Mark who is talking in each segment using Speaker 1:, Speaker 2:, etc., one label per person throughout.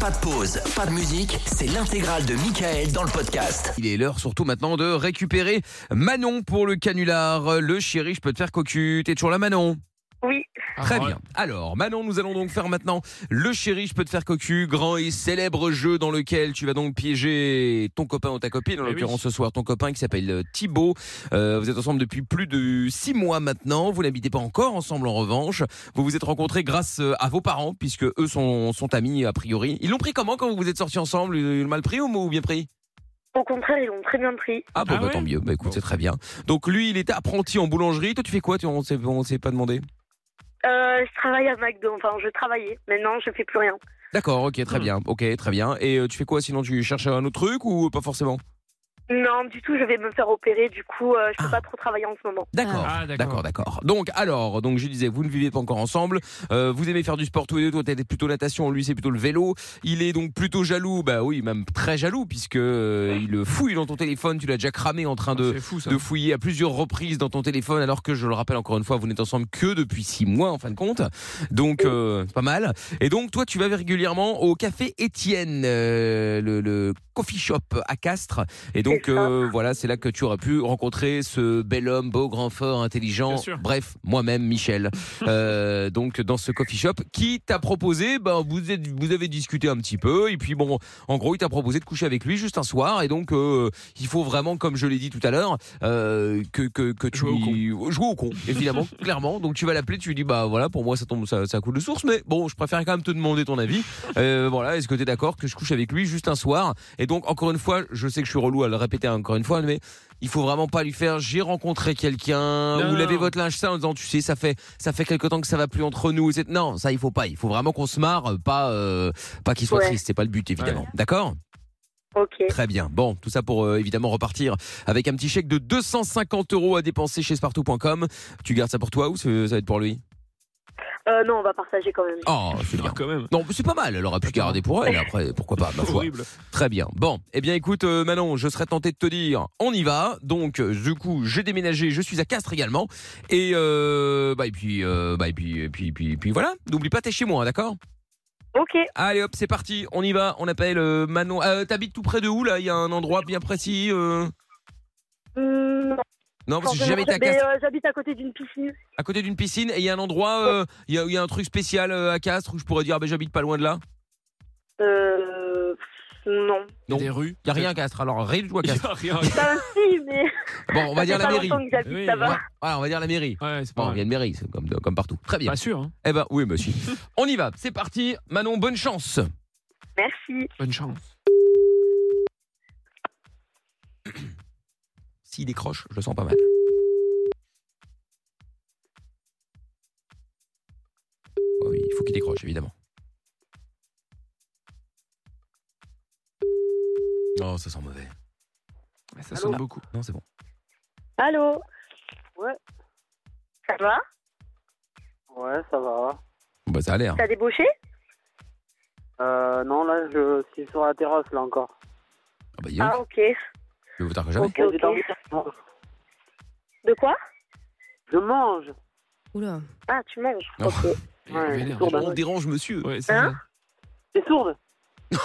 Speaker 1: Pas de pause, pas de musique, c'est l'intégrale de Michael dans le podcast.
Speaker 2: Il est l'heure surtout maintenant de récupérer Manon pour le canular. Le chéri, je peux te faire cocu. T'es toujours là, Manon
Speaker 3: Oui,
Speaker 4: Ah,
Speaker 2: Très bien. Alors, Manon, nous allons donc faire maintenant le chéri, je peux te faire cocu, grand et célèbre jeu dans lequel tu vas donc piéger ton copain ou ta copine, en
Speaker 4: Eh oui.
Speaker 2: l'occurrence ce soir ton copain qui s'appelle euh, Thibaut. Euh, vous êtes ensemble depuis plus de six mois maintenant, vous n'habitez pas encore ensemble en revanche, vous vous êtes rencontrés grâce euh, à vos parents puisque eux sont, sont amis a priori. Ils l'ont pris comment quand vous vous êtes sortis ensemble Ils l'ont mal pris ou ou bien pris
Speaker 3: au contraire, ils l'ont très bien pris.
Speaker 2: Ah bon,
Speaker 4: Ah
Speaker 2: bah,
Speaker 4: ouais
Speaker 2: tant mieux, bah écoute, c'est très bien. Donc lui, il était apprenti en boulangerie, toi tu fais quoi Tu- On s'est- on s'est pas demandé
Speaker 3: Euh, je travaille à McDo, enfin je travaillais, maintenant je fais plus rien.
Speaker 2: D'accord, ok, très
Speaker 4: Hmm.
Speaker 2: bien. Ok, très bien. Et euh, tu fais quoi sinon Tu cherches un autre truc ou pas forcément
Speaker 3: Non, du tout, je vais me faire opérer, du coup euh, je peux
Speaker 2: Ah.
Speaker 3: pas trop travailler en ce moment.
Speaker 2: D'accord.
Speaker 4: Ah,
Speaker 2: D'accord, d'accord. Donc alors, donc je disais, vous ne vivez pas encore ensemble. euh, vous aimez faire du sport tous les deux. Toi, t'es plutôt natation, lui c'est plutôt le vélo. Il est donc plutôt jaloux. Bah oui, même très jaloux puisque euh, il le fouille dans ton téléphone. Tu l'as déjà cramé en train Ah, de
Speaker 4: C'est fou ça. Oh,
Speaker 2: de fouiller à plusieurs reprises dans ton téléphone alors que je le rappelle encore une fois vous n'êtes ensemble que depuis six mois en fin de compte donc euh, c'est pas mal et donc toi tu vas régulièrement au café Étienne euh, le, le coffee shop à Castres et donc
Speaker 3: C'est ça.
Speaker 2: euh, voilà c'est là que tu aurais pu rencontrer ce bel homme beau grand fort intelligent
Speaker 4: Bien sûr.
Speaker 2: bref moi-même Michel Euh, donc dans ce coffee shop qui t'a proposé ben vous êtes vous avez discuté un petit peu et puis bon en gros il t'a proposé de coucher avec lui juste un soir et donc euh, il faut vraiment comme je l'ai dit tout à l'heure euh, que, que, que tu
Speaker 4: Jouer au
Speaker 2: con. jouer au con évidemment clairement donc tu vas l'appeler tu lui dis bah voilà pour moi ça tombe ça, ça coule de source mais bon je préfère quand même te demander ton avis Euh, voilà est-ce que tu es d'accord que je couche avec lui juste un soir et donc encore une fois je sais que je suis relou à le répéter encore une fois mais il faut vraiment pas lui faire j'ai rencontré quelqu'un
Speaker 4: Non,
Speaker 2: ou
Speaker 4: non,
Speaker 2: lavez
Speaker 4: non.
Speaker 2: votre linge sale en disant tu sais ça fait ça fait quelque temps que ça va plus entre nous etc. non ça il faut pas il faut vraiment qu'on se marre pas euh, pas qu'il soit
Speaker 3: Ouais.
Speaker 2: triste c'est pas le but évidemment
Speaker 4: Ouais.
Speaker 2: d'accord
Speaker 3: Ok,
Speaker 2: Très bien. Bon, tout ça pour euh, évidemment repartir avec un petit chèque de 250 euros à dépenser chez spartou.com. Tu gardes ça pour toi ou c'est- ça va être pour lui
Speaker 3: euh, non, on va partager quand même.
Speaker 2: Oh, c'est bien.
Speaker 4: Ah, quand même.
Speaker 2: Non, mais c'est pas mal. Elle aurait pu garder pour elle. Après, pourquoi
Speaker 4: Bah,
Speaker 2: pas, ma foi.
Speaker 4: Horrible.
Speaker 2: Très bien. Bon, eh bien écoute euh, Manon, je serais tenté de te dire, on y va. Donc euh, du coup, j'ai déménagé, je suis à Castres également. Et euh, bah et puis euh, bah et puis et puis et puis, et puis voilà. N'oublie pas, t'es chez moi, hein, d'accord Oh.
Speaker 3: Ok,
Speaker 2: Allez hop, c'est parti. On y va. On appelle euh, Manon. Euh, T'habites tout près de où là Il y a un endroit bien précis. euh
Speaker 3: Mmh,
Speaker 2: Non, Oh, parce que j'ai
Speaker 3: forcément,
Speaker 2: jamais été à
Speaker 3: mais,
Speaker 2: Castres.
Speaker 3: euh, J'habite à côté d'une piscine.
Speaker 2: à côté d'une piscine et il y a un endroit, euh, il y a- il y, a un truc spécial euh, à Castres où je pourrais dire ah, ben, j'habite pas loin de là.
Speaker 3: Euh, pff, non.
Speaker 2: Non.
Speaker 4: Des rues.
Speaker 2: Il y a rien à Castres, alors rien du tout à
Speaker 4: Il y
Speaker 2: Castres.
Speaker 4: a rien.
Speaker 3: Bah si, mais
Speaker 2: Bon, on va
Speaker 3: ça
Speaker 2: dire
Speaker 3: fait
Speaker 2: la
Speaker 3: pas
Speaker 2: mairie.
Speaker 3: longtemps que j'habite
Speaker 4: Oui,
Speaker 3: là-bas.
Speaker 2: Ouais, voilà, on va dire la mairie.
Speaker 4: Ouais, c'est
Speaker 2: Bon, il
Speaker 4: pas
Speaker 2: y a
Speaker 4: vrai.
Speaker 2: une mairie, c'est comme, comme partout. Très bien.
Speaker 4: Pas sûr. Hein.
Speaker 2: Eh ben oui, monsieur. on y va, c'est parti. Manon, bonne chance.
Speaker 3: Merci.
Speaker 4: Bonne chance.
Speaker 2: S'il décroche, je le sens pas mal. Oh oui, il faut qu'il décroche, évidemment. Non, Oh, ça sent mauvais.
Speaker 4: Ah, Ça sonne beaucoup.
Speaker 2: Non, c'est bon.
Speaker 3: Allô Ouais. Ça va
Speaker 5: Ouais, ça va.
Speaker 2: Bah, ça a l'air.
Speaker 3: T'as débauché
Speaker 5: Euh, non, là, je suis sur la terrasse, là, encore.
Speaker 2: Ah bah, dis donc,
Speaker 3: Ah ok.
Speaker 2: mieux vaut tard que jamais.
Speaker 3: Ok, ok. De quoi
Speaker 5: Je mange.
Speaker 6: Oula.
Speaker 3: Ah, tu manges.
Speaker 2: Non.
Speaker 3: Ok.
Speaker 4: Il est
Speaker 5: Ouais,
Speaker 4: vénère.
Speaker 3: Oh, bah.
Speaker 5: sourde.
Speaker 2: On dérange monsieur.
Speaker 4: Ouais, c'est
Speaker 3: Hein
Speaker 4: ça.
Speaker 5: T'es sourde
Speaker 4: Oh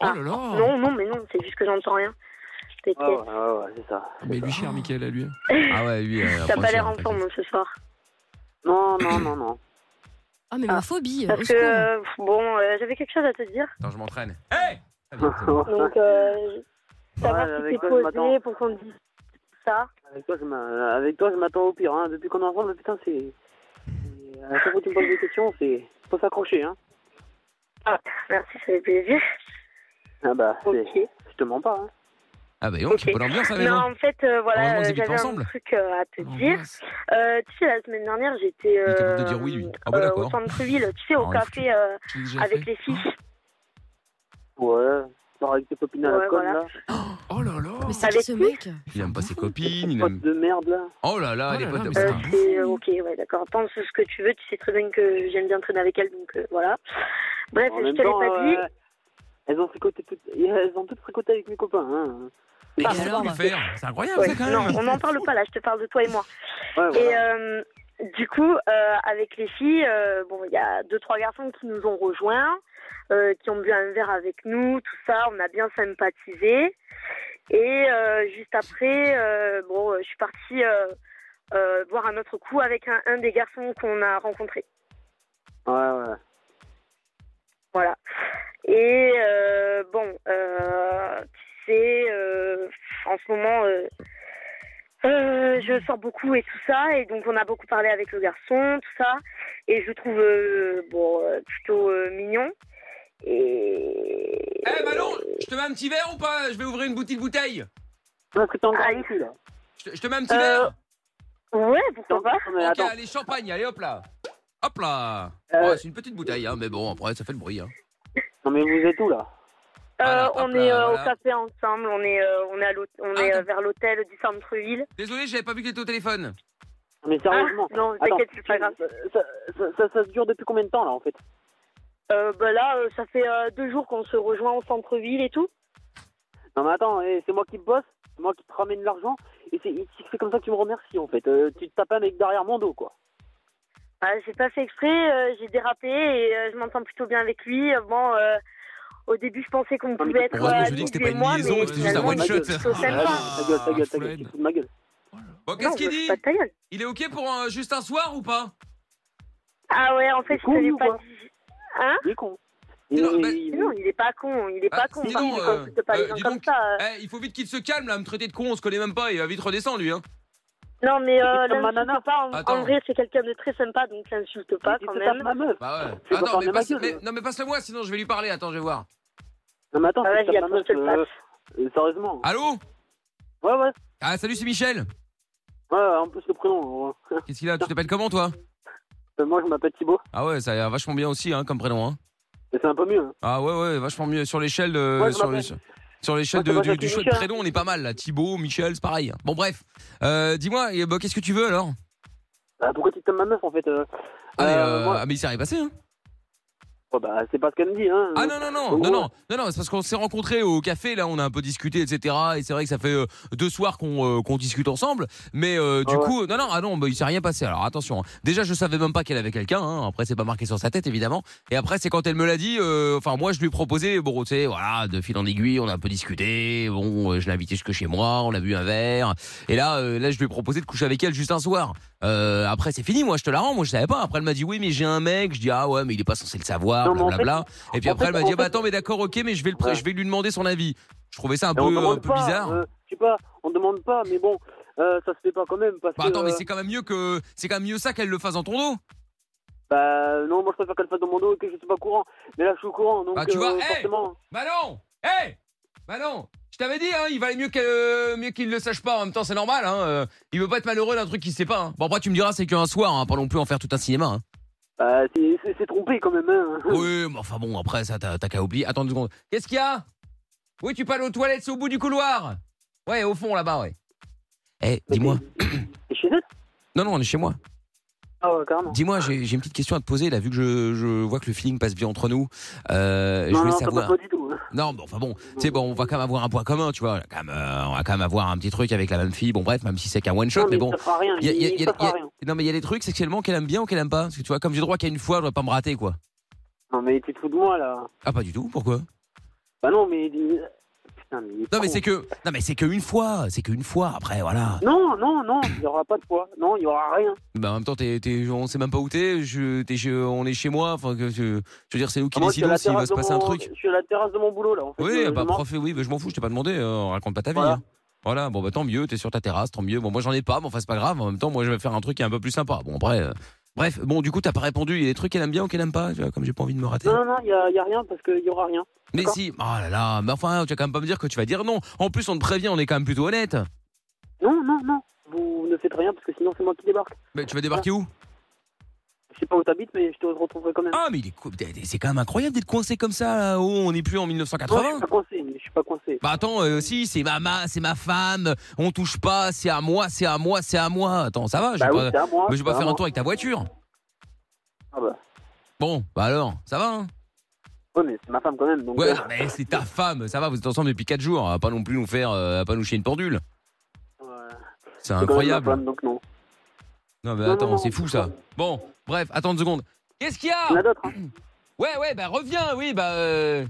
Speaker 4: là là.
Speaker 3: Ah, Non, non, mais non, c'est juste que j'entends rien. T'inquiète.
Speaker 5: Ouais, ouais, ouais, ouais, c'est ça.
Speaker 4: Mais lui cher, Michael, à lui.
Speaker 2: Ah ouais, lui. euh,
Speaker 3: T'as
Speaker 2: franchement,
Speaker 3: pas l'air en
Speaker 2: t'inquiète.
Speaker 3: forme ce soir.
Speaker 5: Non, non, non, non.
Speaker 6: Ah, mais
Speaker 3: Ah.
Speaker 6: ma phobie. au
Speaker 3: Parce que,
Speaker 6: secours.
Speaker 3: euh, bon, euh, j'avais quelque chose à te dire.
Speaker 2: Attends, je m'entraîne. Ah, bah, Hey
Speaker 5: avec
Speaker 3: Donc, euh, je- savoir
Speaker 5: Ouais,
Speaker 3: si
Speaker 5: avec
Speaker 3: t'es
Speaker 5: quoi je
Speaker 3: posé
Speaker 5: m'attends
Speaker 3: pour qu'on te dise ça.
Speaker 5: toi, je m'a- avec toi, je m'attends au pire. Hein. Depuis qu'on est ensemble, putain, c'est... c'est- À chaque fois que tu me poses des questions, c'est... Faut s'accrocher, hein.
Speaker 3: Merci, ça fait plaisir.
Speaker 5: Ah bah, c'est...
Speaker 3: Ok.
Speaker 5: Je te mens pas, hein.
Speaker 2: Ah bah, dis donc, c'est
Speaker 3: Ok.
Speaker 2: pas l'ambiance à la
Speaker 3: Non,
Speaker 2: maison.
Speaker 3: en fait, euh, voilà,
Speaker 2: Heureusement qu'ils
Speaker 3: euh,
Speaker 2: habitent
Speaker 3: j'avais un
Speaker 2: ensemble.
Speaker 3: truc euh, à te dire.
Speaker 4: L'angoisse.
Speaker 3: Euh, tu sais, la semaine dernière, j'étais
Speaker 2: est capable de
Speaker 3: euh,
Speaker 2: dire oui, lui. Ah bon,
Speaker 3: euh,
Speaker 2: d'accord.
Speaker 3: au centre-ville, tu sais, au
Speaker 2: Ah, il est foutu.
Speaker 3: café euh,
Speaker 4: Je l'ai déjà
Speaker 3: avec
Speaker 4: fait.
Speaker 3: les
Speaker 2: Oh,
Speaker 3: filles.
Speaker 5: Ouais. Genre avec tes copines à la
Speaker 3: Ouais,
Speaker 5: conne,
Speaker 3: voilà.
Speaker 5: là.
Speaker 4: Oh là là.
Speaker 6: Mais c'est
Speaker 3: avec
Speaker 6: qui ce
Speaker 3: qui
Speaker 6: mec
Speaker 2: Il aime pas ses
Speaker 5: Tes
Speaker 2: copines. Il
Speaker 5: potes
Speaker 2: aime...
Speaker 5: de merde, là.
Speaker 2: Oh là là,
Speaker 4: Oh
Speaker 2: les
Speaker 4: là
Speaker 2: potes.
Speaker 4: là,
Speaker 2: de-
Speaker 4: mais
Speaker 3: Euh,
Speaker 2: putain.
Speaker 3: tu sais, euh, ok, ouais, d'accord. Pense ce que tu veux. Tu sais très bien que j'aime bien traîner avec elle, donc euh, voilà. Bref,
Speaker 5: En
Speaker 3: je
Speaker 5: même
Speaker 3: te l'ai
Speaker 5: temps,
Speaker 3: pas dit.
Speaker 5: euh, elles ont fricoté toutes... Elles ont toutes fricoté avec mes copains, hein.
Speaker 2: Mais
Speaker 6: Ah,
Speaker 2: qu'est-ce qu'on
Speaker 6: alors,
Speaker 2: peut
Speaker 6: bah.
Speaker 2: faire C'est incroyable,
Speaker 3: Ouais,
Speaker 2: ça, quand
Speaker 3: non,
Speaker 2: même.
Speaker 3: on n'en parle pas là, je te parle de toi et moi.
Speaker 5: Ouais,
Speaker 3: Et
Speaker 5: voilà.
Speaker 3: euh, Du coup, euh, avec les filles, euh, bon, il y a deux trois garçons qui nous ont rejoints, euh, qui ont bu un verre avec nous, tout ça. On a bien sympathisé. Et euh, juste après, euh, bon, euh, je suis partie euh, euh, boire un autre coup avec un, un des garçons qu'on a rencontré.
Speaker 5: Ouais, ouais.
Speaker 3: Voilà. Et euh, bon, euh, tu sais, euh, en ce moment, euh, euh, je sors beaucoup et tout ça, et donc on a beaucoup parlé avec le garçon, tout ça, et je le trouve euh, bon euh, plutôt euh, mignon. Et
Speaker 2: Eh Manon, je te mets un petit verre ou pas Je vais ouvrir une boutique bouteille.
Speaker 5: Parce que t'es encore
Speaker 3: Aïe.
Speaker 5: avec lui, là.
Speaker 2: Je te, je te mets un petit
Speaker 3: Euh,
Speaker 2: verre.
Speaker 3: ouais,
Speaker 5: T'es
Speaker 3: pourquoi pas
Speaker 5: encore- mais
Speaker 2: Ok,
Speaker 5: attends.
Speaker 2: allez, champagne, allez hop là. Hop là.
Speaker 5: Euh,
Speaker 2: Ouais, c'est une petite bouteille, hein, mais bon, après, ça fait le bruit. Hein.
Speaker 5: Non, mais vous êtes où, là
Speaker 2: Voilà,
Speaker 3: Euh,
Speaker 2: hop
Speaker 3: On
Speaker 2: là,
Speaker 3: est euh,
Speaker 2: Ah, voilà.
Speaker 3: au café ensemble, on est euh, on est à l'hôte- on
Speaker 2: Ah,
Speaker 3: est euh,
Speaker 2: t'as-
Speaker 3: vers l'hôtel du centre-ville.
Speaker 2: Désolé, j'avais pas vu que t'étais au téléphone.
Speaker 5: Mais sérieusement.
Speaker 3: Ah, non,
Speaker 5: Attends,
Speaker 3: t'inquiète, c'est pas grave.
Speaker 5: Ça, ça, ça, ça se dure depuis combien de temps, là, en fait
Speaker 3: Euh, bah là, euh, ça fait euh, deux jours qu'on se rejoint au centre-ville et tout.
Speaker 5: Non, mais attends, eh, c'est moi qui bosse, c'est moi qui te ramène l'argent, et c'est et c'est comme ça que tu me remercies, en fait. Euh, tu te tapes un mec derrière mon dos, quoi.
Speaker 3: Ah, j'ai pas fait exprès, euh, j'ai dérapé et euh, je m'entends plutôt bien avec lui. Euh, Bon, euh, au début, je pensais qu'on pouvait être.
Speaker 2: Heureusement que
Speaker 3: euh,
Speaker 2: je dis que c'était pas
Speaker 3: amis
Speaker 2: une
Speaker 3: et moi,
Speaker 2: liaison,
Speaker 3: mais
Speaker 2: que c'était juste un
Speaker 3: finalement,
Speaker 2: one Ah,
Speaker 5: shot.
Speaker 3: on est plutôt
Speaker 4: Ah,
Speaker 3: sympa.
Speaker 5: Ta gueule, ta gueule, ta gueule,
Speaker 4: Fred.
Speaker 5: tu te fous de ma gueule.
Speaker 4: Oh là là.
Speaker 2: Bon,
Speaker 3: Non,
Speaker 2: qu'est-ce qu'il
Speaker 3: je
Speaker 2: dit
Speaker 3: pas de ta gueule.
Speaker 2: Il est OK pour un- juste un soir ou pas
Speaker 3: Ah ouais, en fait,
Speaker 5: C'est
Speaker 3: je te
Speaker 5: con,
Speaker 3: l'ai
Speaker 5: ou
Speaker 3: pas
Speaker 5: quoi
Speaker 3: dit.
Speaker 5: Il est con.
Speaker 2: Mais non,
Speaker 5: Il-
Speaker 2: mais-
Speaker 5: il-
Speaker 3: Non, il est pas con, il est
Speaker 2: Ah,
Speaker 3: pas con.
Speaker 2: dis
Speaker 3: Par
Speaker 2: donc,
Speaker 3: contre,
Speaker 2: euh,
Speaker 3: quand c'est pas
Speaker 2: euh,
Speaker 3: des gens
Speaker 2: dis
Speaker 3: comme
Speaker 2: donc.
Speaker 3: ça. euh.
Speaker 2: Eh, il faut vite qu'il se calme, là, à me traiter de con, on se connaît même pas, il va vite redescendre, lui. Hein.
Speaker 3: Non, mais euh,
Speaker 5: Il tape ma nana.
Speaker 3: l'insulte pas. En,
Speaker 2: Attends.
Speaker 3: en vrai, c'est quelqu'un de très sympa, donc l'insulte pas
Speaker 5: il
Speaker 3: quand
Speaker 5: se tape
Speaker 3: même.
Speaker 5: ma meuf.
Speaker 2: Bah ouais.
Speaker 5: C'est pas
Speaker 2: Attends,
Speaker 5: par
Speaker 2: mais
Speaker 5: mes
Speaker 2: passe,
Speaker 5: maillots,
Speaker 2: mais-
Speaker 5: là.
Speaker 2: non, mais passe-le moi, sinon je vais lui parler, attends, je vais voir.
Speaker 5: Non, mais attends,
Speaker 3: Ah ouais,
Speaker 5: il se
Speaker 3: j'y
Speaker 5: tape ma
Speaker 3: attends,
Speaker 5: meuf,
Speaker 3: je te le
Speaker 5: euh, euh, sérieusement.
Speaker 2: Allô
Speaker 5: Ouais, ouais,
Speaker 2: Ah, salut, c'est Michel.
Speaker 5: ouais, en plus le prénom. ouais.
Speaker 2: Qu'est-ce qu'il a Tu t'appelles comment, toi
Speaker 5: Euh, Moi, je m'appelle Thibaut,
Speaker 2: Ah ouais, ça a l'air vachement bien aussi, hein, comme prénom, hein.
Speaker 5: mais c'est un peu mieux. hein.
Speaker 2: Ah ouais, ouais, vachement mieux. Sur l'échelle de.
Speaker 5: Ouais, je
Speaker 2: sur,
Speaker 5: m'appelle.
Speaker 2: l'éche- sur l'échelle
Speaker 5: Moi, je
Speaker 2: de-
Speaker 5: m'appelle
Speaker 2: du, du chouette
Speaker 5: Michel.
Speaker 2: prénom, on est pas mal là. Thibaut, Michel, c'est pareil. Bon, bref. Euh, Dis-moi, et, bah, qu'est-ce que tu veux alors
Speaker 5: Bah, pourquoi tu te tapes ma meuf, en fait euh
Speaker 2: ah, mais,
Speaker 5: Euh,
Speaker 2: euh,
Speaker 5: moi-
Speaker 2: ah, mais il s'est rien passé, hein
Speaker 5: Oh, Bah, c'est pas ce qu'elle me dit, hein.
Speaker 2: Ah non, non, non,
Speaker 5: Ouais.
Speaker 2: non, non, non, non, c'est parce qu'on s'est rencontrés au café, là, on a un peu discuté, etc. Et c'est vrai que ça fait euh, deux soirs qu'on euh, qu'on discute ensemble. Mais euh, du
Speaker 5: Ah ouais.
Speaker 2: coup, non, non, ah non, bah, il s'est rien passé. Alors attention, hein. déjà, je savais même pas qu'elle avait quelqu'un. hein. Après, c'est pas marqué sur sa tête, évidemment. Et après, c'est quand elle me l'a dit, euh, enfin, moi, je lui ai proposé, bon, tu sais, voilà, de fil en aiguille, on a un peu discuté. Bon, euh, je l'ai invitée jusque chez moi, on a bu un verre. Et là, euh, là, je lui ai proposé de coucher avec elle juste un soir. Euh, après, c'est fini, moi, je te la rends, moi, je savais pas. Après, elle m'a dit, oui, mais j'ai un mec. Je dis, ah ouais, mais il est pas censé le savoir,
Speaker 5: Non, mais en
Speaker 2: blablabla. Et puis
Speaker 5: en
Speaker 2: après,
Speaker 5: fait-
Speaker 2: elle m'a dit
Speaker 5: en
Speaker 2: bah,
Speaker 5: fait-
Speaker 2: Attends, mais d'accord, ok, mais je vais, le, pré-
Speaker 5: Ouais.
Speaker 2: je vais lui demander son avis. Je trouvais ça un
Speaker 5: Et on
Speaker 2: peu, un
Speaker 5: demande
Speaker 2: peu
Speaker 5: pas,
Speaker 2: bizarre.
Speaker 5: euh, je sais pas, on demande pas, mais bon, euh, ça se fait pas quand même. Parce
Speaker 2: Bah,
Speaker 5: que,
Speaker 2: attends, mais
Speaker 5: euh,
Speaker 2: c'est quand même mieux que c'est quand même mieux ça qu'elle le fasse dans ton dos.
Speaker 5: Bah non, moi je préfère qu'elle fasse dans mon dos et que je suis pas au courant. Mais là je suis au courant, donc
Speaker 2: Bah, tu
Speaker 5: euh,
Speaker 2: vois, hey
Speaker 5: forcément.
Speaker 2: Manon Hé Manon Je t'avais dit, hein, il valait mieux qu'elle euh, mieux qu'il ne le sache pas. En même temps, c'est normal. Hein, euh, il veut pas être malheureux d'un truc qu'il sait pas. hein. Bon, après, tu me diras, c'est qu'un soir, hein, pas non plus en faire tout un cinéma. hein.
Speaker 5: Bah, c'est- c'est c'est trompé quand même. Hein.
Speaker 2: Oui, mais enfin bon, après, ça, t'as t'as qu'à oublier. Attends une seconde. Qu'est-ce qu'il y a Oui, tu parles aux toilettes, c'est au bout du couloir. Ouais, au fond, là-bas, ouais. Eh, dis-moi.
Speaker 5: Et chez elle
Speaker 2: Non, non, on est chez moi.
Speaker 5: Ah ouais, carrément.
Speaker 2: Dis-moi, j'ai j'ai une petite question à te poser, là, vu que je, je vois que le feeling passe bien entre nous. Euh, je
Speaker 5: non,
Speaker 2: voulais
Speaker 5: non, ça passe
Speaker 2: savoir.
Speaker 5: pas du tout. hein.
Speaker 2: Non, bon, enfin bon, tu sais, bon, on va quand même avoir un point commun, tu vois. on a quand même, euh, on va quand même avoir un petit truc avec la même fille. Bon, bref, même si c'est qu'un one shot,
Speaker 5: Non,
Speaker 2: mais bon.
Speaker 5: Ça fera rien.
Speaker 2: Y a- y a-
Speaker 5: il-
Speaker 2: y a-
Speaker 5: ça fera
Speaker 2: y a-
Speaker 5: rien.
Speaker 2: Non, mais il y a des trucs sexuellement qu'elle aime bien ou qu'elle aime pas. Parce que tu vois, comme j'ai droit qu'à une fois, je dois pas me rater, quoi.
Speaker 5: Non, mais tu te fous de moi là.
Speaker 2: Ah, pas du tout, pourquoi
Speaker 5: Bah non, mais. Putain, mais. il est
Speaker 2: Non, mais
Speaker 5: con.
Speaker 2: c'est que, non, mais c'est qu'une fois, c'est qu'une fois, après, voilà.
Speaker 5: Non, non, non, il y aura pas de poids. Non, il y aura rien.
Speaker 2: Bah, en même temps, t'es, t'es- on sait même pas où t'es, je, t'es chez- on est chez moi, enfin, que, je, je veux dire, c'est nous qui
Speaker 5: Ah, moi, je suis à
Speaker 2: décidons
Speaker 5: la
Speaker 2: s'il va
Speaker 5: terrasse
Speaker 2: se
Speaker 5: de
Speaker 2: passer
Speaker 5: mon-
Speaker 2: un truc.
Speaker 5: Je suis à la terrasse de mon boulot là. En fait,
Speaker 2: Oui,
Speaker 5: euh,
Speaker 2: bah,
Speaker 5: je m'en-
Speaker 2: prof, oui, mais je m'en fous, je t'ai pas demandé, euh, raconte pas ta vie.
Speaker 5: Voilà.
Speaker 2: hein. Voilà, bon, bah tant mieux, t'es sur ta terrasse, tant mieux. Bon, moi j'en ai pas, mais enfin, c'est pas grave, en même temps, moi je vais faire un truc qui est un peu plus sympa. Bon, après, euh, bref, bon, du coup, t'as pas répondu, il y a des trucs qu'elle aime bien ou qu'elle aime pas, tu vois, comme j'ai pas envie de me rater.
Speaker 5: Non, non, non, il y a, il y a rien parce qu'il y aura rien.
Speaker 2: mais
Speaker 5: d'accord.
Speaker 2: si, oh là là, mais enfin, tu vas quand même pas me dire que tu vas dire non. En plus, on te prévient, on est quand même plutôt honnête.
Speaker 5: Non, non, non. Vous ne faites rien parce que sinon c'est moi qui débarque.
Speaker 2: Mais tu vas débarquer où
Speaker 5: Je sais pas où t'habites, mais je te retrouverai quand même.
Speaker 2: Ah, mais il est cou- c'est quand même incroyable d'être coincé comme ça, là. Oh, on n'est plus en
Speaker 5: Non, je suis
Speaker 2: 1980.
Speaker 5: pas coincé, mais je suis pas coincé.
Speaker 2: Bah attends, euh, si, c'est ma, ma- c'est ma femme, on touche pas, c'est à moi, c'est à moi, c'est à moi. Attends, ça va, Ah, je vais
Speaker 5: Bah oui,
Speaker 2: pas-
Speaker 5: c'est à moi.
Speaker 2: mais je vais pas
Speaker 5: c'est à
Speaker 2: faire un
Speaker 5: moi.
Speaker 2: tour avec ta voiture.
Speaker 5: Ah bah.
Speaker 2: Bon, bah alors, ça va hein
Speaker 5: Ouais, mais c'est ma femme quand même. Donc,
Speaker 2: Ouais,
Speaker 5: euh,
Speaker 2: non, mais c'est ta femme, ça va, vous êtes ensemble depuis 4 jours, à pas non plus nous faire, euh, à pas nous chier une pendule.
Speaker 5: ouais,
Speaker 2: C'est
Speaker 5: c'est quand même ma
Speaker 2: incroyable.
Speaker 5: femme, donc non.
Speaker 2: Non, mais
Speaker 5: Non, non,
Speaker 2: attends,
Speaker 5: non,
Speaker 2: c'est fou ça. Bon, bref, attends une seconde. Qu'est-ce qu'il y
Speaker 5: Il y en
Speaker 2: a
Speaker 5: a d'autres. hein.
Speaker 2: Ouais, ouais, bah reviens, oui, bah. euh,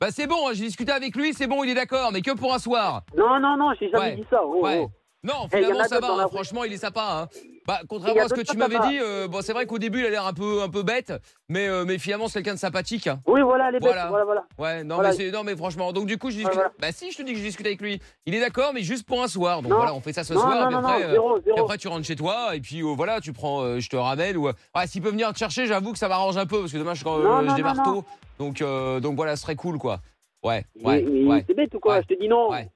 Speaker 2: Bah c'est bon, hein, j'ai discuté avec lui, c'est bon, il est d'accord, mais que pour un soir.
Speaker 5: Non, non, non, j'ai jamais
Speaker 2: Ah. Ouais.
Speaker 5: dit ça. oh,
Speaker 2: Ouais.
Speaker 5: oh.
Speaker 2: Non,
Speaker 5: Eh, y en a
Speaker 2: finalement ça
Speaker 5: d'autres
Speaker 2: va,
Speaker 5: dans la
Speaker 2: hein,
Speaker 5: rue.
Speaker 2: franchement, il est sympa. Hein. Bah,
Speaker 5: Y
Speaker 2: contrairement
Speaker 5: a
Speaker 2: à ce que
Speaker 5: d'autres
Speaker 2: tu m'avais
Speaker 5: sympas.
Speaker 2: dit, euh, bon, c'est vrai qu'au début, il a l'air un peu, un peu bête, mais, euh, mais finalement, c'est quelqu'un de sympathique. hein.
Speaker 5: Oui, voilà, les bêtes.
Speaker 2: Voilà.
Speaker 5: Voilà, voilà.
Speaker 2: Ouais, non,
Speaker 5: Voilà.
Speaker 2: mais c'est- non, mais franchement, donc du coup, je discute.
Speaker 5: Voilà.
Speaker 2: Bah si, je te dis que je discute avec lui. Il est d'accord, mais juste pour un soir. Donc
Speaker 5: Non.
Speaker 2: voilà, on fait ça ce
Speaker 5: non,
Speaker 2: soir,
Speaker 5: non,
Speaker 2: puis
Speaker 5: non, non,
Speaker 2: après, euh,
Speaker 5: zéro,
Speaker 2: puis
Speaker 5: zéro.
Speaker 2: après, tu rentres chez toi, et puis euh, voilà, tu prends, euh, je te ramène. Ou, ah, s'il peut venir te chercher, j'avoue que ça m'arrange un peu, parce que demain, je, euh,
Speaker 5: Non,
Speaker 2: je
Speaker 5: non,
Speaker 2: démarre
Speaker 5: non, non.
Speaker 2: tôt. Donc, euh, donc voilà, ce serait cool, quoi. Ouais,
Speaker 5: Mais-
Speaker 2: ouais,
Speaker 5: mais
Speaker 2: ouais.
Speaker 5: C'est bête ou quoi
Speaker 2: Ouais.
Speaker 5: Je te dis non.
Speaker 2: Ouais.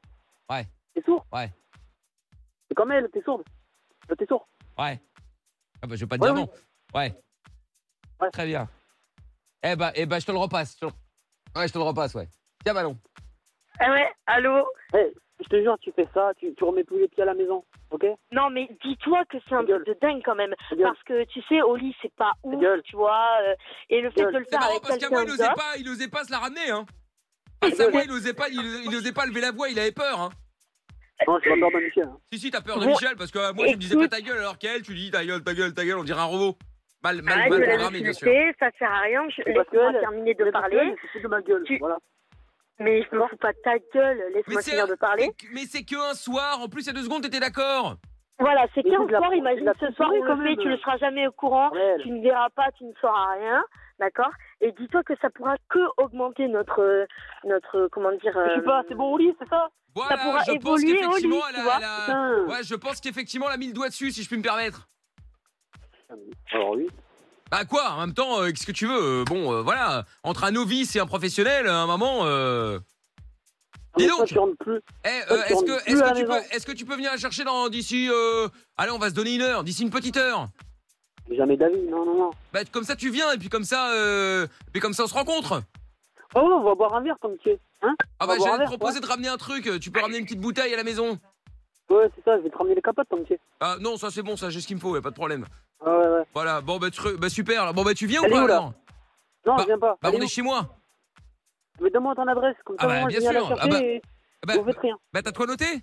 Speaker 2: Ouais.
Speaker 5: T'es sourd
Speaker 2: Ouais.
Speaker 5: C'est comme elle, t'es sourde. Euh, T'es sourd.
Speaker 2: Ouais. Ah bah, je vais pas te
Speaker 5: Ouais,
Speaker 2: dire
Speaker 5: ouais.
Speaker 2: non. Ouais.
Speaker 5: Ouais.
Speaker 2: Très bien. Eh bah, eh bah, je te le repasse. je te le- Ouais, je te le repasse, ouais. Tiens, ballon.
Speaker 3: Ah ouais, allô
Speaker 5: Je te jure, tu fais ça, tu, tu remets tous les pieds à la maison. Ok
Speaker 3: Non, mais dis-toi que c'est un
Speaker 5: Ta gueule.
Speaker 3: truc de dingue quand même.
Speaker 5: Ta gueule.
Speaker 3: Parce que tu sais, au lit, c'est pas ouf,
Speaker 5: gueule.
Speaker 3: tu vois. euh, et le fait
Speaker 5: gueule.
Speaker 3: de le
Speaker 2: C'est
Speaker 3: faire
Speaker 2: marrant
Speaker 3: avec
Speaker 2: parce qu'à
Speaker 3: quelqu'un
Speaker 2: moi, il osait
Speaker 3: d'autre.
Speaker 2: pas, il osait pas se la ramener, hein. À sa voix, il osait pas, il, il osait pas lever la voix, il avait peur, hein.
Speaker 5: Non, je suis pas peur de Michel. hein.
Speaker 2: Si, si, t'as peur de
Speaker 3: Bon,
Speaker 2: Michel parce que euh, moi, je me disais pas
Speaker 3: écoute.
Speaker 2: ta gueule alors qu'elle, tu dis ta gueule, ta gueule, ta gueule, on dirait un robot. Mal, mal,
Speaker 3: Arrête de
Speaker 2: mal
Speaker 3: la
Speaker 2: programmé, bien sûr.
Speaker 3: discuter, ça sert à rien. Je...
Speaker 5: Parce que
Speaker 3: Laisse-moi
Speaker 5: elle-
Speaker 3: terminer de
Speaker 5: Mais parce
Speaker 3: parler.
Speaker 5: qu'elle, C'est de ma gueule.
Speaker 3: Tu-
Speaker 5: Voilà.
Speaker 3: Mais je me fous pas de ta gueule,
Speaker 2: Mais
Speaker 3: laisse-moi
Speaker 2: c'est
Speaker 3: finir
Speaker 2: un-
Speaker 3: de parler.
Speaker 2: Mais c'est que un soir, en plus, il y a deux secondes, t'étais d'accord.
Speaker 3: Voilà, c'est
Speaker 5: Mais
Speaker 3: qu'un
Speaker 5: c'est de la-
Speaker 3: soir,
Speaker 5: c'est de
Speaker 3: imagine
Speaker 5: la
Speaker 3: ce soir,
Speaker 5: connerie,
Speaker 3: on
Speaker 5: quand
Speaker 3: le fait,
Speaker 5: même.
Speaker 3: tu ne seras jamais au courant,
Speaker 5: Réel.
Speaker 3: tu ne verras pas, tu ne sauras rien, d'accord Et dis-toi que ça pourra que augmenter notre, euh, notre euh, comment dire...
Speaker 5: Je sais pas,
Speaker 3: euh,
Speaker 5: c'est bon au lit, c'est ça
Speaker 2: Voilà,
Speaker 3: pourra
Speaker 2: je pense
Speaker 3: évoluer au
Speaker 2: qu'effectivement,
Speaker 3: lit,
Speaker 2: elle
Speaker 3: tu
Speaker 2: a-
Speaker 3: vois.
Speaker 2: elle a-
Speaker 5: Putain.
Speaker 2: Ouais, je pense qu'effectivement, elle a mis le doigt dessus, si je puis me permettre.
Speaker 5: Alors oui.
Speaker 2: Bah quoi, en même temps, euh, qu'est-ce que tu veux euh, Bon, euh, voilà, entre un novice et un professionnel, à un moment. Euh... Dis
Speaker 5: Mais
Speaker 2: donc.
Speaker 5: toi, tu rentres plus.
Speaker 2: Eh, euh,
Speaker 5: Toi, tu
Speaker 2: est-ce
Speaker 5: rentres
Speaker 2: que,
Speaker 5: plus
Speaker 2: est-ce que
Speaker 5: à la
Speaker 2: tu
Speaker 5: maison.
Speaker 2: peux, est-ce que tu peux venir la chercher dans d'ici euh, Allez, on va se donner une heure, d'ici une petite heure.
Speaker 5: Jamais d'avis, non, non, non.
Speaker 2: Bah comme ça, tu viens et puis comme ça, euh, mais comme ça, on se rencontre.
Speaker 5: Oh, on va boire un verre, comme tu es. Hein
Speaker 2: Ah bah
Speaker 5: On va boire un
Speaker 2: j'allais te
Speaker 5: verre,
Speaker 2: proposer de ramener un truc. euh, Tu peux ramener une petite bouteille à la maison.
Speaker 5: Ouais, c'est ça, je vais te ramener les capotes, comme tu es.
Speaker 2: Ah non, ça c'est bon, ça j'ai ce qu'il me faut, y a pas de problème.
Speaker 5: Ah, ouais, ouais.
Speaker 2: Voilà, bon bah, tu- bah, super. Là. Bon bah tu viens ou
Speaker 5: Elle est
Speaker 2: pas
Speaker 5: où, là
Speaker 2: alors Bah-
Speaker 5: Non, je viens pas.
Speaker 2: Bah
Speaker 5: Allez,
Speaker 2: on est chez moi.
Speaker 5: Mais donne-moi ton adresse, comme
Speaker 2: Ah
Speaker 5: ça,
Speaker 2: bah,
Speaker 5: moi,
Speaker 2: bien
Speaker 5: je viens la
Speaker 2: sûr. Ah
Speaker 5: chercher
Speaker 2: bah-
Speaker 5: et
Speaker 2: Bah,
Speaker 5: vous faites rien.
Speaker 2: bah, t'as de quoi noter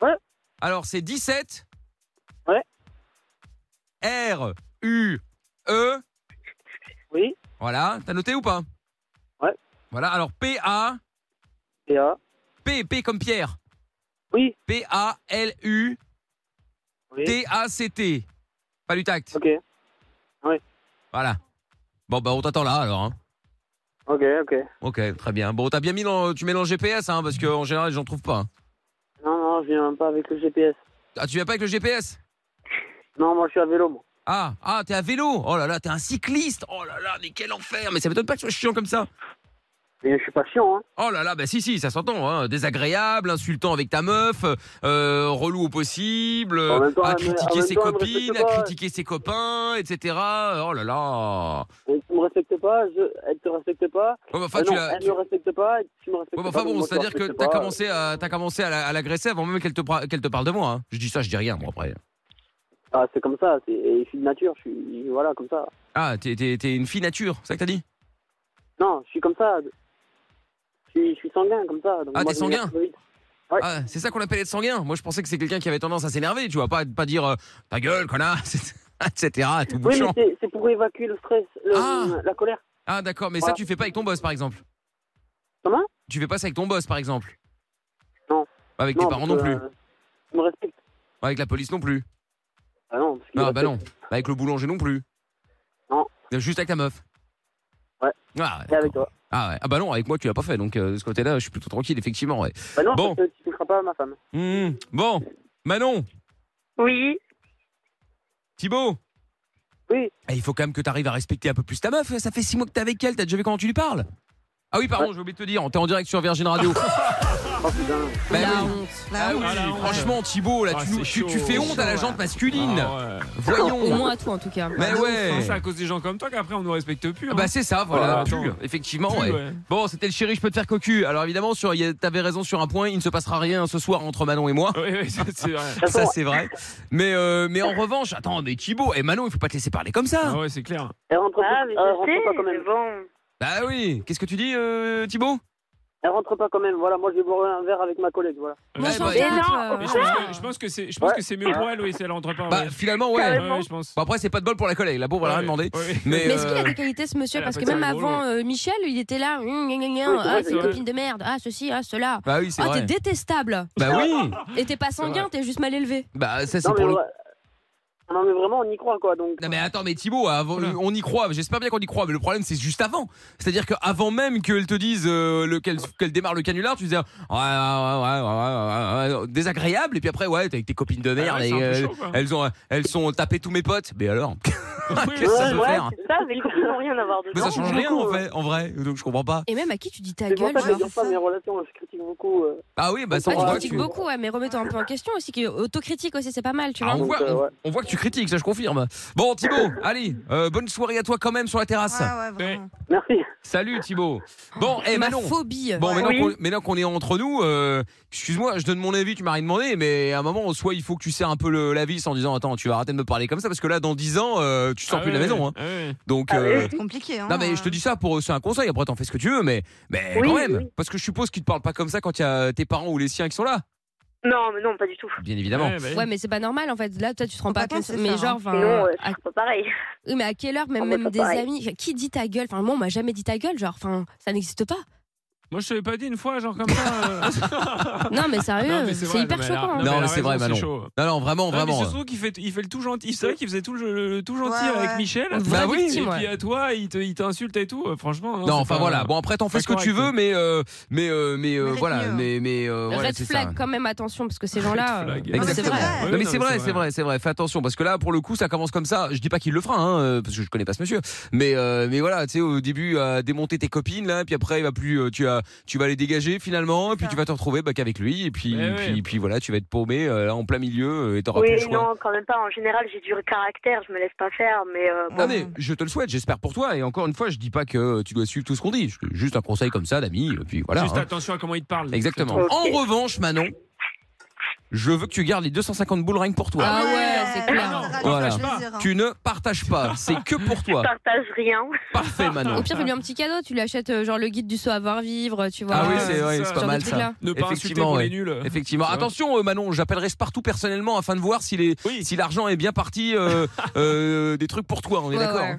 Speaker 5: Ouais.
Speaker 2: Alors c'est 17.
Speaker 5: Ouais.
Speaker 2: R U E.
Speaker 5: Oui,
Speaker 2: Voilà, t'as noté ou pas
Speaker 5: Ouais.
Speaker 2: Voilà, alors P A
Speaker 5: et ah.
Speaker 2: P P comme Pierre.
Speaker 5: Oui,
Speaker 2: P A L U
Speaker 5: oui.
Speaker 2: T A C T. Pas du tact.
Speaker 5: Ok,
Speaker 2: Voilà. Bon bah on t'attend là alors. hein.
Speaker 5: ok, ok.
Speaker 2: Ok, très bien. Bon, t'as bien mis dans. Tu mets dans le GPS, hein, parce qu'en général, j'en trouve pas. hein.
Speaker 5: Non, non, je viens pas avec le GPS.
Speaker 2: Ah, tu viens pas avec le GPS
Speaker 5: Non, moi, je suis à vélo, moi.
Speaker 2: Ah, ah, t'es à vélo Oh là là, t'es un cycliste Oh là là, mais quel enfer Mais ça m'étonne pas que tu sois chiant comme ça
Speaker 5: Mais je suis pas chiant, hein.
Speaker 2: Oh là là, bah si, si, ça s'entend, hein. Désagréable, insultant avec ta meuf, euh, relou au possible,
Speaker 5: En même temps,
Speaker 2: à
Speaker 5: elle me- en
Speaker 2: critiquer
Speaker 5: même
Speaker 2: ses
Speaker 5: temps, elle me
Speaker 2: copines,
Speaker 5: respecte
Speaker 2: à
Speaker 5: pas, ouais.
Speaker 2: critiquer ses copains, etc. Oh là là
Speaker 5: Et Euh, tu me respectes pas, je... elle te respecte pas.
Speaker 2: Ouais, bah, enfin,
Speaker 5: Ah
Speaker 2: tu
Speaker 5: non,
Speaker 2: l'as-
Speaker 5: elle
Speaker 2: tu-
Speaker 5: me respecte pas, et tu me respectes
Speaker 2: Ouais, bah,
Speaker 5: pas.
Speaker 2: enfin bon,
Speaker 5: donc moi, je te
Speaker 2: c'est-à-dire que
Speaker 5: respecte
Speaker 2: t'as
Speaker 5: pas.
Speaker 2: commencé à t'as commencé à la- à l'agresser avant même qu'elle te pra- qu'elle te parle de moi. hein. Je dis ça, je dis rien, moi après.
Speaker 5: Ah, c'est comme ça, c'est... et je suis de nature, je suis. Voilà, comme ça.
Speaker 2: Ah, t'es- t'es t'es une fille nature, c'est ça que t'as dit
Speaker 5: Non, je suis comme ça. Je suis, je suis sanguin, comme ça. donc
Speaker 2: Ah,
Speaker 5: moi,
Speaker 2: t'es
Speaker 5: je m'énerve
Speaker 2: sanguin
Speaker 5: très vite.
Speaker 2: Ah, c'est ça qu'on appelle être sanguin. Moi, je pensais que c'est quelqu'un qui avait tendance à s'énerver, tu vois, pas, pas dire euh, ta gueule, connard, etc., tout
Speaker 5: Oui, mais
Speaker 2: bouchant.
Speaker 5: c'est, c'est pour évacuer le stress, le-
Speaker 2: Ah.
Speaker 5: la colère.
Speaker 2: Ah, d'accord, mais ça,
Speaker 5: Voilà.
Speaker 2: tu fais pas avec ton boss, par exemple.
Speaker 5: Comment
Speaker 2: Tu fais pas ça avec ton boss, par exemple.
Speaker 5: Non.
Speaker 2: Pas Avec tes parents non
Speaker 5: parce que,
Speaker 2: plus.
Speaker 5: euh, Tu me respectes.
Speaker 2: Pas Avec la police non plus.
Speaker 5: Ah non, parce que
Speaker 2: Ah, bah non. Pas Avec le boulanger non plus.
Speaker 5: Non.
Speaker 2: Juste avec ta meuf.
Speaker 5: Ouais.
Speaker 2: Ah,
Speaker 5: C'est
Speaker 2: d'accord.
Speaker 5: avec toi.
Speaker 2: ah, ouais. Ah bah non, avec moi, tu l'as pas fait, donc euh, de ce côté-là, je suis plutôt tranquille, effectivement, ouais.
Speaker 5: Bah non,
Speaker 2: Bon.
Speaker 5: parce que tu toucheras pas à ma femme.
Speaker 2: Hmm, Bon, Manon,
Speaker 3: Oui,
Speaker 2: Thibaut.
Speaker 5: Oui.
Speaker 2: Eh, il faut quand même que tu arrives à respecter un peu plus ta meuf. Ça fait six mois que t'es avec elle. T'as déjà vu comment tu lui parles Ah oui, pardon, j'ai oublié de te dire. T'es en direct sur Virgin Radio.
Speaker 5: Oh putain.
Speaker 2: Bah oui.
Speaker 6: La honte.
Speaker 2: Ah
Speaker 6: La
Speaker 2: oui,
Speaker 6: honte.
Speaker 4: Ah, la honte.
Speaker 2: franchement, Thibaut, là,
Speaker 4: Ah,
Speaker 2: tu,
Speaker 4: c'est
Speaker 2: tu-
Speaker 4: chaud.
Speaker 2: tu fais honte à la
Speaker 6: Chaud,
Speaker 2: jante
Speaker 6: ouais.
Speaker 2: masculine.
Speaker 4: Ah, ouais.
Speaker 6: Au
Speaker 2: Voyons.
Speaker 6: moins à tout en tout cas.
Speaker 2: Mais
Speaker 6: Ah,
Speaker 2: ouais.
Speaker 4: C'est à Ah cause des gens comme toi qu'après on nous respecte plus.
Speaker 2: Bah c'est ça, voilà.
Speaker 4: Voilà, attends.
Speaker 2: Pull, effectivement,
Speaker 4: Plus,
Speaker 2: ouais.
Speaker 4: ouais.
Speaker 2: Bon, c'était le chéri, je peux te faire cocu. Alors évidemment, sur, il y a- t'avais raison sur un point, il ne se passera rien ce soir entre Manon et moi.
Speaker 4: Ouais, ouais, ça, c'est vrai.
Speaker 5: De toute
Speaker 2: Ça
Speaker 5: façon,
Speaker 2: c'est vrai. Mais euh, mais en revanche, attends, mais Thibaut et Manon, il faut pas te laisser parler comme ça.
Speaker 4: Ah ouais, c'est clair.
Speaker 5: elle rentre
Speaker 3: ah, mais
Speaker 5: elle
Speaker 3: je
Speaker 5: rentre pas quand
Speaker 3: sais, mais
Speaker 5: même.
Speaker 3: bon...
Speaker 2: Bah oui. Qu'est-ce que tu dis, euh, Thibaut
Speaker 5: Elle rentre pas quand même, voilà, moi je vais boire un verre avec ma collègue, voilà.
Speaker 6: Moi,
Speaker 2: Ouais,
Speaker 6: j'en
Speaker 2: bah,
Speaker 6: tape,
Speaker 3: non,
Speaker 6: euh,
Speaker 4: Mais je pense que- je pense que c'est, je pense que c'est mieux pour elle, oui, si elle rentre pas.
Speaker 2: Bah,
Speaker 4: Ah ouais. Ah
Speaker 2: finalement, ouais.
Speaker 4: Ouais,
Speaker 3: carrément.
Speaker 4: ouais, je pense.
Speaker 2: Bon, après, c'est pas de bol pour la collègue, la pauvre, elle a rien demandé. Mais,
Speaker 6: Mais est-ce qu'il a
Speaker 2: euh,
Speaker 6: des qualités ce monsieur
Speaker 4: elle a
Speaker 6: Parce
Speaker 4: pas
Speaker 6: que
Speaker 4: de
Speaker 6: même
Speaker 4: cerveau,
Speaker 6: avant euh, Michel, il était là, Hum, gna, gna, gna,
Speaker 5: Oui, c'est
Speaker 6: ah
Speaker 5: vrai,
Speaker 6: c'est
Speaker 5: c'est
Speaker 6: une
Speaker 5: vrai.
Speaker 6: copine de merde, ah ceci, ah cela.
Speaker 2: Bah oui, c'est
Speaker 6: Ah t'es
Speaker 2: vrai.
Speaker 6: détestable
Speaker 2: Bah oui.
Speaker 6: et t'es pas sanguin, t'es juste mal élevé.
Speaker 2: Bah ça, c'est
Speaker 5: Non mais,
Speaker 2: pour le.
Speaker 5: ouais. non mais vraiment, on y croit quoi, donc.
Speaker 2: Non mais attends mais Thibaut avant-
Speaker 4: Oula.
Speaker 2: on y croit j'espère bien qu'on y croit mais le problème c'est juste avant c'est-à-dire qu'avant même qu'elle te dise euh, le- qu'elle qu'elle démarre le canular tu disais ouais, ouais, ouais, ouais, ouais, ouais, ouais, désagréable et puis après ouais t'es avec tes copines de merde
Speaker 4: Ah ouais,
Speaker 2: et,
Speaker 4: c'est un peu
Speaker 2: euh,
Speaker 4: chaud, quoi.
Speaker 2: elles ont elles sont tapé tous mes potes mais alors
Speaker 4: Oui,
Speaker 2: qu'est-ce que ça
Speaker 4: ouais,
Speaker 2: peut
Speaker 4: ouais.
Speaker 2: faire
Speaker 3: c'est ça, mais les copines n'ont rien à voir dedans.
Speaker 2: mais ça change rien en
Speaker 3: euh.
Speaker 5: beaucoup,
Speaker 2: fait en vrai donc je comprends pas
Speaker 6: Et même à qui tu dis ta
Speaker 5: C'est pour
Speaker 6: gueule
Speaker 5: ça que je
Speaker 6: genre.
Speaker 5: dure pas mes relations, je critique beaucoup. euh.
Speaker 2: ah oui bah ça
Speaker 6: Ah,
Speaker 2: on
Speaker 5: Ouais,
Speaker 6: tu
Speaker 2: voit que
Speaker 6: critiques
Speaker 2: tu-
Speaker 6: beaucoup, ouais, mais remets-toi un peu en question aussi, qui autocritique aussi, c'est pas mal, tu
Speaker 2: Ah,
Speaker 6: vois.
Speaker 2: on,
Speaker 5: Donc,
Speaker 2: voit,
Speaker 5: euh, ouais.
Speaker 2: on, on voit que tu critiques, ça je confirme. Bon Thibaut, allez, euh, bonne soirée à toi quand même sur la terrasse.
Speaker 7: ouais, vraiment.
Speaker 5: Merci.
Speaker 2: Salut Thibaut. Bon, et
Speaker 6: Ah, Ma
Speaker 2: Manon.
Speaker 6: phobie.
Speaker 2: Eh, Bon,
Speaker 6: Ouais.
Speaker 2: maintenant
Speaker 3: Oui.
Speaker 2: qu'on- maintenant qu'on est entre nous, euh, excuse-moi, je donne mon avis, tu m'as rien demandé, mais à un moment, soit il faut que tu serres un peu le- la vis en disant Attends, tu vas arrêter de me parler comme ça, parce que là, dans 10 ans, euh, tu sors
Speaker 4: Ah
Speaker 2: plus de la
Speaker 4: ouais,
Speaker 2: maison. Hein.
Speaker 4: ah ouais.
Speaker 2: Donc,
Speaker 3: Ah
Speaker 2: euh,
Speaker 3: oui.
Speaker 7: C'est compliqué, hein.
Speaker 2: non, mais je te dis ça pour c'est un conseil, après, t'en fais ce que tu veux, mais, mais
Speaker 3: Oui,
Speaker 2: quand même,
Speaker 3: oui.
Speaker 2: parce que je suppose qu'ils te parlent pas comme ça quand il y a tes parents ou les siens qui sont là,
Speaker 3: Non, mais non, pas du tout.
Speaker 2: bien évidemment.
Speaker 4: Ouais, bah,
Speaker 6: Ouais, mais c'est pas normal en fait. Là, toi, tu te rends
Speaker 7: Faut
Speaker 6: pas
Speaker 7: pas
Speaker 6: compte.
Speaker 7: penser
Speaker 6: Mais
Speaker 7: ça,
Speaker 6: genre,
Speaker 7: hein.
Speaker 6: enfin,
Speaker 2: Ah.
Speaker 3: Sinon, euh,
Speaker 6: à-
Speaker 3: c'est pas pareil.
Speaker 6: oui, mais à quelle heure, même,
Speaker 3: Ah, moi,
Speaker 6: même
Speaker 3: c'est
Speaker 6: des
Speaker 3: pareil.
Speaker 6: amis, qui dit ta gueule Enfin, moi, on m'a jamais dit ta gueule, genre, enfin, ça n'existe pas.
Speaker 4: Moi, je t'avais pas dit une fois, genre comme ça. euh.
Speaker 6: Non, Ah mais sérieux,
Speaker 4: Non, mais
Speaker 6: c'est
Speaker 4: vrai,
Speaker 6: hyper
Speaker 4: non, mais elle a-
Speaker 6: choquant. hein.
Speaker 2: Non,
Speaker 4: elle a
Speaker 2: mais c'est
Speaker 4: raison,
Speaker 2: vrai, Manon.
Speaker 4: chaud.
Speaker 2: Non, non, vraiment,
Speaker 4: Ah, mais
Speaker 2: vraiment.
Speaker 4: c'est surtout qu'il fait, il fait le tout gentil. C'est vrai qu'il faisait tout le, le tout gentil
Speaker 7: Ouais,
Speaker 4: avec
Speaker 7: ouais.
Speaker 4: Michel.
Speaker 2: Bah
Speaker 6: Vraie
Speaker 2: oui.
Speaker 6: victime,
Speaker 4: Et
Speaker 6: ouais.
Speaker 4: puis à toi, il te- il t'insulte et tout. Euh, Franchement.
Speaker 2: Non,
Speaker 4: c'est
Speaker 2: enfin
Speaker 4: pas-
Speaker 2: voilà. Bon après t'en fais
Speaker 4: pas
Speaker 2: ce que tu
Speaker 4: correct.
Speaker 2: veux, mais euh, mais euh, mais euh,
Speaker 7: Mérite
Speaker 2: voilà,
Speaker 7: mieux.
Speaker 2: mais mais euh, voilà,
Speaker 6: Red
Speaker 2: c'est
Speaker 6: flag,
Speaker 2: ça.
Speaker 6: quand même, attention, parce que ces gens-là. euh,
Speaker 4: Flag.
Speaker 6: non, mais c'est vrai.
Speaker 7: Exactement.
Speaker 2: Non,
Speaker 4: Ouais,
Speaker 2: mais
Speaker 4: oui,
Speaker 2: c'est vrai, c'est vrai, c'est vrai. Fais attention parce que là, pour le coup, ça commence comme ça. Je dis pas qu'il le fera, hein, euh, parce que je connais pas ce monsieur. Mais euh, mais voilà, tu sais, au début, à démonter tes copines, là, puis après, il va plus, euh, tu as, tu vas les dégager finalement, et puis
Speaker 7: ça.
Speaker 2: tu vas te retrouver bah, qu'avec lui, et puis,
Speaker 4: Ouais,
Speaker 2: puis,
Speaker 4: ouais.
Speaker 2: puis voilà, tu vas être paumé euh, en plein milieu, euh, et t'auras plus le
Speaker 3: Oui,
Speaker 2: choix.
Speaker 3: non, quand même pas. En général, j'ai du caractère, je me laisse pas faire, mais euh,
Speaker 2: Ah,
Speaker 3: bon.
Speaker 2: mais je te le souhaite, j'espère pour toi. Et encore une fois, je dis pas que euh, tu dois suivre tout ce qu'on dit. Je- Juste un conseil comme ça, d'amis, et puis voilà.
Speaker 4: Juste
Speaker 2: hein.
Speaker 4: attention à comment il te parle.
Speaker 2: Exactement.
Speaker 3: Ok.
Speaker 2: En revanche, Manon, je veux que tu gardes les 250 boules rien que pour toi.
Speaker 6: Ah ouais, c'est clair.
Speaker 7: Ah non, ça
Speaker 2: Voilà.
Speaker 7: rajoute un plaisir, hein.
Speaker 2: Tu ne partages pas, c'est que pour
Speaker 3: Je
Speaker 2: toi.
Speaker 3: partage rien.
Speaker 2: Parfait, Manon.
Speaker 6: Au pire, fais-lui un petit cadeau, tu lui achètes euh, genre le guide du savoir-vivre, tu vois. euh,
Speaker 2: Ah oui,
Speaker 4: Ouais,
Speaker 2: c'est
Speaker 4: c'est
Speaker 2: ouais, c'est
Speaker 4: ça.
Speaker 6: Genre
Speaker 2: pas
Speaker 6: de
Speaker 2: mal
Speaker 6: trucs-là.
Speaker 2: ça.
Speaker 4: Ne pas insulter
Speaker 2: Effectivement,
Speaker 4: pour
Speaker 2: ouais.
Speaker 4: les nuls.
Speaker 2: Effectivement.
Speaker 4: C'est vrai.
Speaker 2: Attention, euh, Manon, j'appellerai partout personnellement afin de voir si les
Speaker 4: Oui.
Speaker 2: si l'argent est bien parti euh, euh, des trucs pour toi. On est
Speaker 6: Ouais,
Speaker 2: d'accord.
Speaker 6: ouais.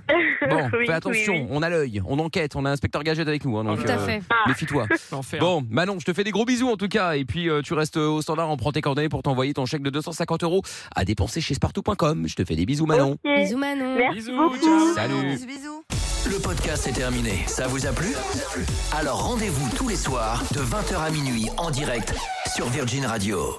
Speaker 2: Bon,
Speaker 3: Oui,
Speaker 2: fais attention.
Speaker 3: oui, oui.
Speaker 2: On a l'œil, on enquête, on a l'inspecteur gadget avec nous. hein, donc,
Speaker 6: Tout à
Speaker 2: euh,
Speaker 6: fait.
Speaker 2: Méfie-toi.
Speaker 4: L'enfer.
Speaker 2: Bon, Manon, je te fais des gros bisous en tout cas. Et puis euh, tu restes euh, au standard, on prend tes coordonnées pour t'envoyer ton chèque de 250 euros à dépenser chez spartou.com. Je te fais des bisous, Manon.
Speaker 3: Ok.
Speaker 6: Bisous, Manon.
Speaker 3: Merci
Speaker 4: Bisous,
Speaker 3: beaucoup.
Speaker 4: ciao.
Speaker 2: Salut.
Speaker 7: Bisous, bisous.
Speaker 1: Le podcast est terminé. Ça vous a plu Alors rendez-vous tous les soirs de 20h à minuit en direct sur Virgin Radio.